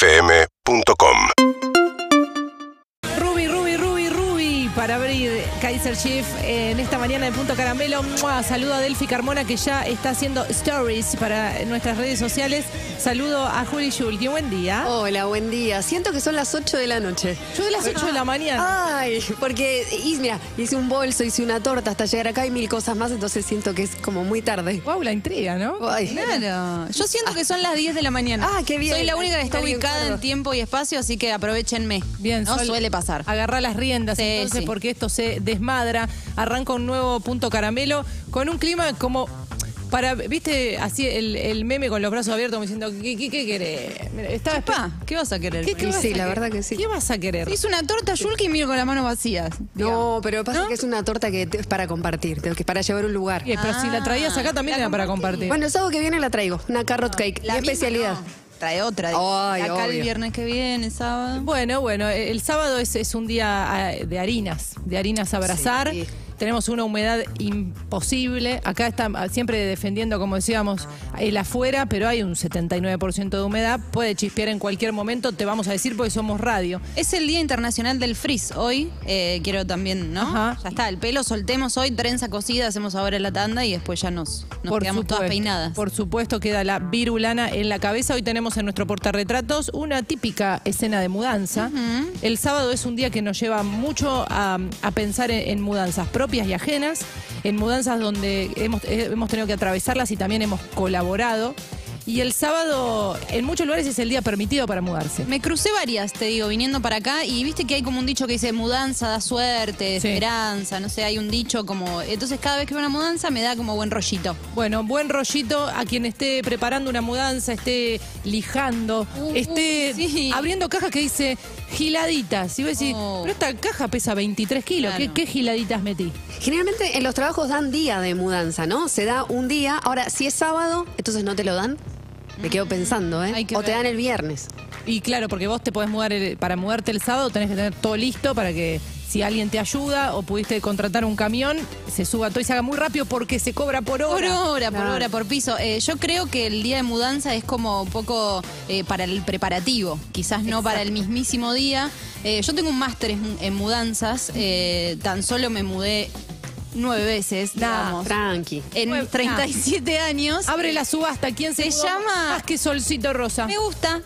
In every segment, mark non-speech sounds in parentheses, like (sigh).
UrbanaPlayFM.com Ruby, Ruby, Ruby, Ruby, para abrir Kaiser Chief en esta mañana de Punto Caramelo. ¡Mua! Saludo a Delphi Carmona que ya está haciendo stories para nuestras redes sociales. Saludo a Juli Yulki, buen día. Hola, buen día. Siento que son las 8 de la noche. Yo de las 8 de la mañana. Ay, porque y mira, hice un bolso, hice una torta hasta llegar acá y mil cosas más, entonces siento que es como muy tarde. Wow, la intriga, ¿no? Ay. Claro. Yo siento que son las 10 de la mañana. Ah, qué bien. Soy la única que está Alguien ubicada corre. en tiempo y espacio, así que aprovechenme. Bien, No Sol. suele pasar. Agarrá las riendas Sí, entonces sí. porque esto se desmadra. Arranca un nuevo punto caramelo con un clima como para, viste, así el, el meme con los brazos abiertos como diciendo, ¿qué, qué, qué querés? Mira, estaba Pa, ¿qué vas a querer? ¿Qué- qué Y vas sí, a la querer? verdad que sí. ¿Qué vas a querer? Hice una torta Yulki y miro con las manos vacías. No, pero pasa ¿No? que es una torta que te- es para compartir, te- que es para llevar a un lugar. Eh, pero si la traías acá también era para compartir. Bueno, el sábado que viene la traigo, una carrot cake, Ah, La mi misma especialidad. no. Trae otra. Ay, acá el obvio. viernes que viene, sábado. Bueno, bueno, eh, el sábado es, es un día eh, de harinas, de harinas a abrazar. Sí. Tenemos una humedad imposible. Acá está ah, siempre defendiendo, como decíamos, el afuera, pero hay un 79% de humedad. Puede chispear en cualquier momento, te vamos a decir, porque somos radio. Es el Día Internacional del Frizz hoy. eh, quiero también, ¿no? Ajá. Ya está, el pelo soltemos hoy, trenza cocida, hacemos ahora la tanda y después ya nos, nos quedamos todas peinadas. Por supuesto, queda la virulana en la cabeza. Hoy tenemos en nuestro portarretratos una típica escena de mudanza. El sábado es un día que nos lleva mucho a, a pensar en, en mudanzas propias y ajenas, en mudanzas donde hemos, eh, hemos tenido que atravesarlas y también hemos colaborado. Y el sábado, en muchos lugares, es el día permitido para mudarse. Me crucé varias, te digo, viniendo para acá y viste que hay como un dicho que dice mudanza da suerte, Sí. esperanza, no sé, hay un dicho como... Entonces cada vez que veo una mudanza me da como buen rollito. Bueno, buen rollito a quien esté preparando una mudanza, esté lijando, Uh, esté uh, sí. abriendo cajas que dice giladitas. Y vos decís, Oh. pero esta caja pesa 23 kilos, Claro. ¿Qué, qué giladitas metí? Generalmente en los trabajos dan día de mudanza, ¿no? Se da un día. Ahora, si es sábado, entonces no te lo dan. Me quedo pensando, ¿eh? Hay que o te ver. dan el viernes. Y claro, porque vos te podés mudar, el- para mudarte el sábado tenés que tener todo listo para que si alguien te ayuda o pudiste contratar un camión, se suba todo y se haga muy rápido porque se cobra por Por hora. hora, por Claro. hora, por piso. Eh, yo creo que el día de mudanza es como un poco eh, para el preparativo, quizás no para el mismísimo día. Eh, yo tengo un máster en, en mudanzas, eh, tan solo me mudé nueve veces, digamos, Tranqui. Nueve- en 37 años. Abre la subasta, ¿quién se Se mudó llama- Más que Solcito Rosa. Me gusta,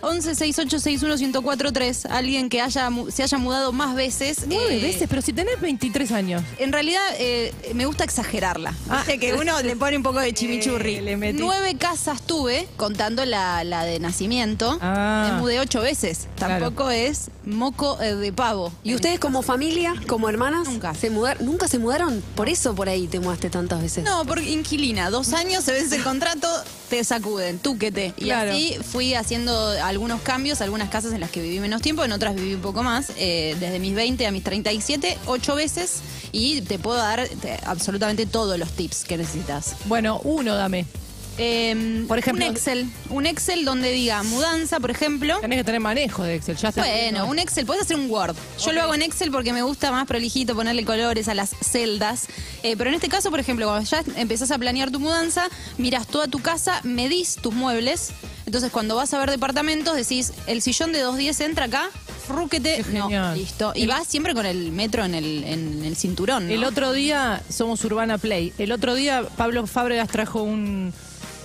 1168611043, alguien que haya mu- se haya mudado más veces. Nueve eh, veces, pero si tenés 23 años. En realidad, eh, me gusta exagerarla. Viste que uno le pone un poco de chimichurri. Eh, Ah, (laughs) le metí. Nueve casas tuve, contando la, la de nacimiento. Ah. Me mudé ocho veces. Claro. Tampoco es moco eh, de pavo. ¿Y ustedes como familia, como hermanas? Nunca. ¿Se mudaron? ¿Nunca se mudaron? Por eso por ahí te mudaste tantas veces. No, porque inquilina, dos años se vence el contrato, te sacuden, túquete. Y Claro. así fui haciendo algunos cambios, algunas casas en las que viví menos tiempo, en otras viví un poco más, eh, desde mis 20 a mis 37, ocho veces, y te puedo dar te- absolutamente todos los tips que necesitas. Bueno, uno dame. Eh, Por ejemplo- Un Excel. Un Excel donde diga mudanza, por ejemplo. Tenés que tener manejo de Excel, ya está. Bueno, un Excel, puedes hacer un Word. Yo lo hago en Excel porque me gusta más prolijito ponerle colores a las celdas. Eh, pero en este caso, por ejemplo, cuando ya empezás a planear tu mudanza, miras toda tu casa, medís tus muebles. Entonces, cuando vas a ver departamentos, decís, el sillón de 210 entra acá, rúquete, Qué no, genial. listo. Y El- vas siempre con el metro en el, en el cinturón. ¿no? El otro día somos Urbana Play. El otro día Pablo Fábregas trajo un,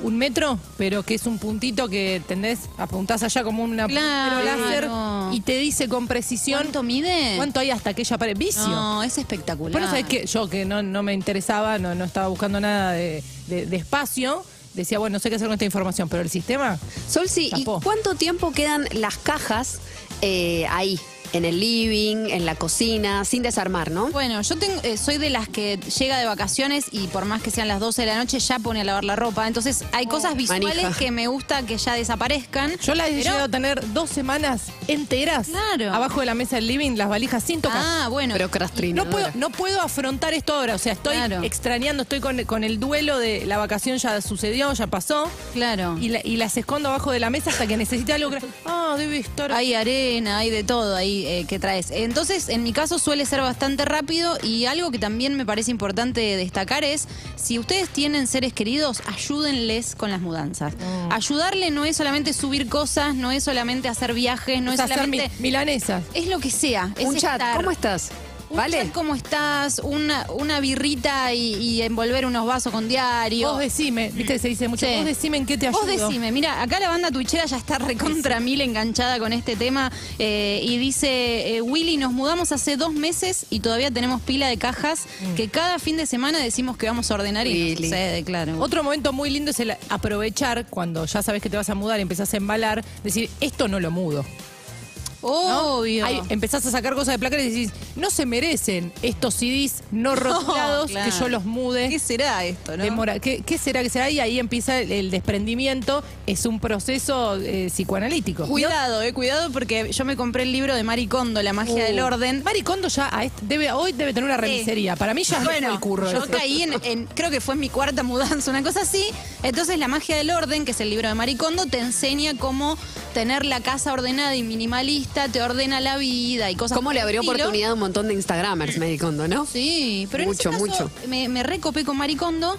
un metro, pero que es un puntito que tendés, apuntás allá como una Claro. puntero láser y te dice con precisión ¿Cuánto mide? cuánto hay hasta aquella pared. Vicio. No, es espectacular. Bueno, sabes que yo que no, no me interesaba, no, no estaba buscando nada de, de- de espacio, decía, bueno, no sé qué hacer con esta información, pero el sistema. Solsi, ¿y Tapó. cuánto tiempo quedan las cajas eh, ahí? En el living, en la cocina, sin desarmar, ¿no? Bueno, yo tengo, eh, soy de las que llega de vacaciones y por más que sean las 12 de la noche ya pone a lavar la ropa. Entonces hay cosas visuales manija. que me gusta que ya desaparezcan. Oh, Yo las he Pero- llegado a tener dos semanas enteras Claro. abajo de la mesa del living, las valijas sin tocar. Ah, bueno. crastrina. No puedo, no puedo afrontar esto ahora, o sea, estoy Claro. extrañando, estoy con, con el duelo de la vacación ya sucedió, ya pasó, Claro. y, la- y las escondo abajo de la mesa hasta que necesite algo. que- Ah, debe estar... Hay arena, hay de todo ahí. y eh, que traes. Entonces, en mi caso suele ser bastante rápido y algo que también me parece importante destacar es, si ustedes tienen seres queridos, ayúdenles con las mudanzas. Oh. Ayudarle no es solamente subir cosas, no es solamente hacer viajes, No no es es hacer mi- solamente... milanesas. Es lo que sea. es Un chat, estar. ¿cómo estás? Un ¿Vale? chat, ¿Cómo estás? Una, una birrita y, y envolver unos vasos con diario. Vos decime, viste, se dice mucho, Sí. vos decime en qué te ayudo. Vos decime, mira, acá la banda tuichera ya está recontra mil enganchada con este tema eh, y dice, eh, Willy, nos mudamos hace dos meses y todavía tenemos pila de cajas Mm. que cada fin de semana decimos que vamos a ordenar y no Willy. sucede, claro. Otro momento muy lindo es el aprovechar cuando ya sabes que te vas a mudar y empezás a embalar, decir, esto no lo mudo. ¿no? em, Obvio. Ahí empezás a sacar cosas de placar y decís, no se merecen estos CDs (laughs) no rotulados claro. que yo los mude. ¿Qué será esto, no? Demora- ¿Qué, qué será que será? Y ahí empieza el, el desprendimiento. Es un proceso eh, psicoanalítico. Cuidado, eh, cuidado porque yo me compré el libro de Marie Kondo, La magia Uh. del orden. Maricondo ya a este- debe, hoy debe tener una remisería. Para mí ya es bueno, el curro. Yo eso. caí en, en- creo que fue en mi cuarta mudanza, una cosa así. Entonces, La magia del orden, que es el libro de Maricondo, te enseña cómo tener la casa ordenada y minimalista, te ordena la vida y cosas ¿Cómo le por abrió el estilo. oportunidad a un montón de Instagramers, Medicondo, no? Sí, pero Mucho, en ese caso, mucho. Me, me recopé con Maricondo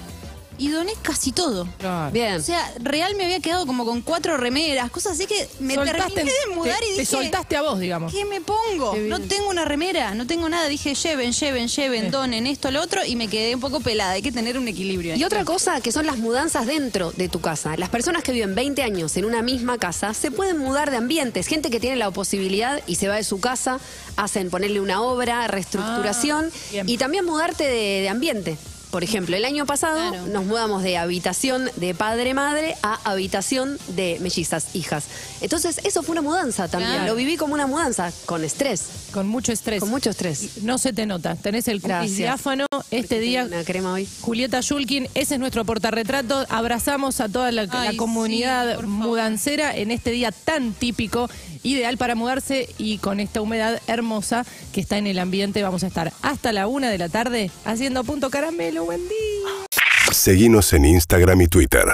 y doné casi todo. Claro. Bien. O sea, real me había quedado como con cuatro remeras, cosas así que me Soltaste- terminé de mudar te, y te dije... soltaste a vos, digamos. ¿Qué me pongo? No tengo una remera, no tengo nada. Dije, lleven, lleven, lleven, donen esto, lo otro, y me quedé un poco pelada. Hay que tener un equilibrio. ahí. Y otra cosa que son las mudanzas dentro de tu casa. Las personas que viven 20 años en una misma casa se pueden mudar de ambientes. Gente que tiene la posibilidad y se va de su casa, hacen ponerle una obra, reestructuración Ah, bien. y también mudarte de, de ambiente. Por ejemplo, el año pasado Claro. nos mudamos de habitación de padre-madre a habitación de mellizas, hijas. Entonces, eso fue una mudanza también. Claro. Lo viví como una mudanza, con estrés, Con mucho estrés. con mucho estrés. No se te nota. Tenés el cutis Gracias. diáfano. Este Tengo día Una crema hoy. Julieta Yulkin, ese es nuestro portarretrato. Abrazamos a toda la, la sí, comunidad por favor. mudancera en este día tan típico, ideal para mudarse y con esta humedad hermosa que está en el ambiente. Vamos a estar hasta la una de la tarde haciendo punto caramelo. Buen día. Seguimos en Instagram y Twitter.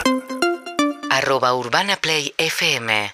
arroba Urbana Play FM